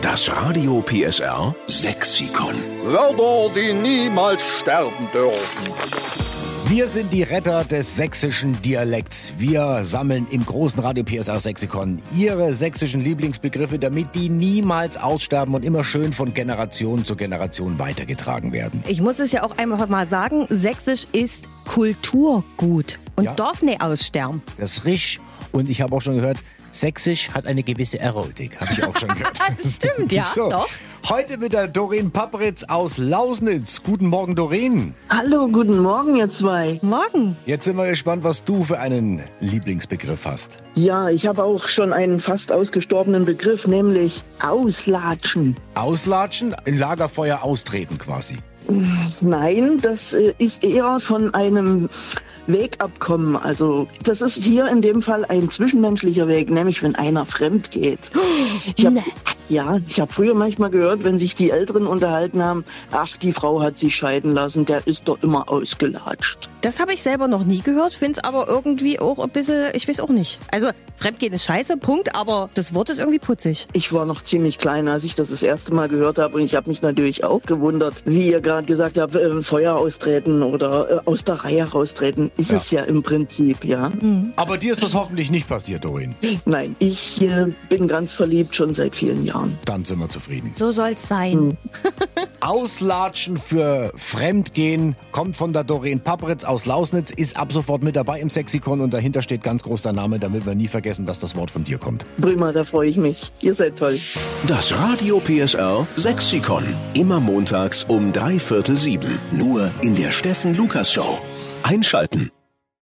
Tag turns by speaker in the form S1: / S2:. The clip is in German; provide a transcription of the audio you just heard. S1: Das Radio PSR Sexikon.
S2: Wörter, die niemals sterben dürfen.
S3: Wir sind die Retter des sächsischen Dialekts. Wir sammeln im großen Radio PSR Sexikon Ihre sächsischen Lieblingsbegriffe, damit die niemals aussterben und immer schön von Generation zu Generation weitergetragen werden.
S4: Ich muss es ja auch einfach mal sagen, Sächsisch ist Kulturgut und
S3: Ja.
S4: darf nicht aussterben.
S3: Das ist richtig. Und ich habe auch schon gehört, Sächsisch hat eine gewisse Erotik. Habe ich auch schon gehört.
S4: Ah, Das stimmt, ja, doch.
S3: Heute mit der Doreen Papritz aus Lausnitz. Guten Morgen, Doreen.
S5: Hallo, guten Morgen, ihr zwei.
S4: Morgen.
S3: Jetzt sind wir gespannt, was du für einen Lieblingsbegriff hast.
S5: Ja, ich habe auch schon einen fast ausgestorbenen Begriff, nämlich Auslatschen.
S3: Auslatschen, in Lagerfeuer austreten quasi.
S5: Nein, das äh, ist eher von einem Wegabkommen. Also das ist hier in dem Fall ein zwischenmenschlicher Weg, nämlich wenn einer fremd geht. Ich hab, Ja, ich habe früher manchmal gehört, wenn sich die Älteren unterhalten haben, ach, die Frau hat sich scheiden lassen, der ist doch immer ausgelatscht.
S4: Das habe ich selber noch nie gehört, finde es aber irgendwie auch ein bisschen, ich weiß auch nicht. Also, Fremdgehen ist scheiße, Punkt, aber das Wort ist irgendwie putzig.
S5: Ich war noch ziemlich klein, als ich das das erste Mal gehört habe. Und ich habe mich natürlich auch gewundert, wie ihr gerade gesagt habt, äh, Feuer austreten oder äh, aus der Reihe raustreten. Ist
S3: Ja.
S5: es ja im Prinzip, ja.
S3: Aber dir ist das hoffentlich nicht passiert, Doreen.
S5: Nein, ich äh, bin ganz verliebt schon seit vielen Jahren.
S3: Dann sind wir zufrieden.
S4: So soll's sein.
S3: Auslatschen für Fremdgehen kommt von der Doreen Papritz aus Lausnitz, ist ab sofort mit dabei im Sexikon und dahinter steht ganz groß dein Name, damit wir nie vergessen, dass das Wort von dir kommt.
S5: Prima, da freue ich mich. Ihr seid toll.
S1: Das Radio PSR Sexikon. Immer montags um drei Viertel sieben. Nur in der Steffen Lukas Show. Einschalten.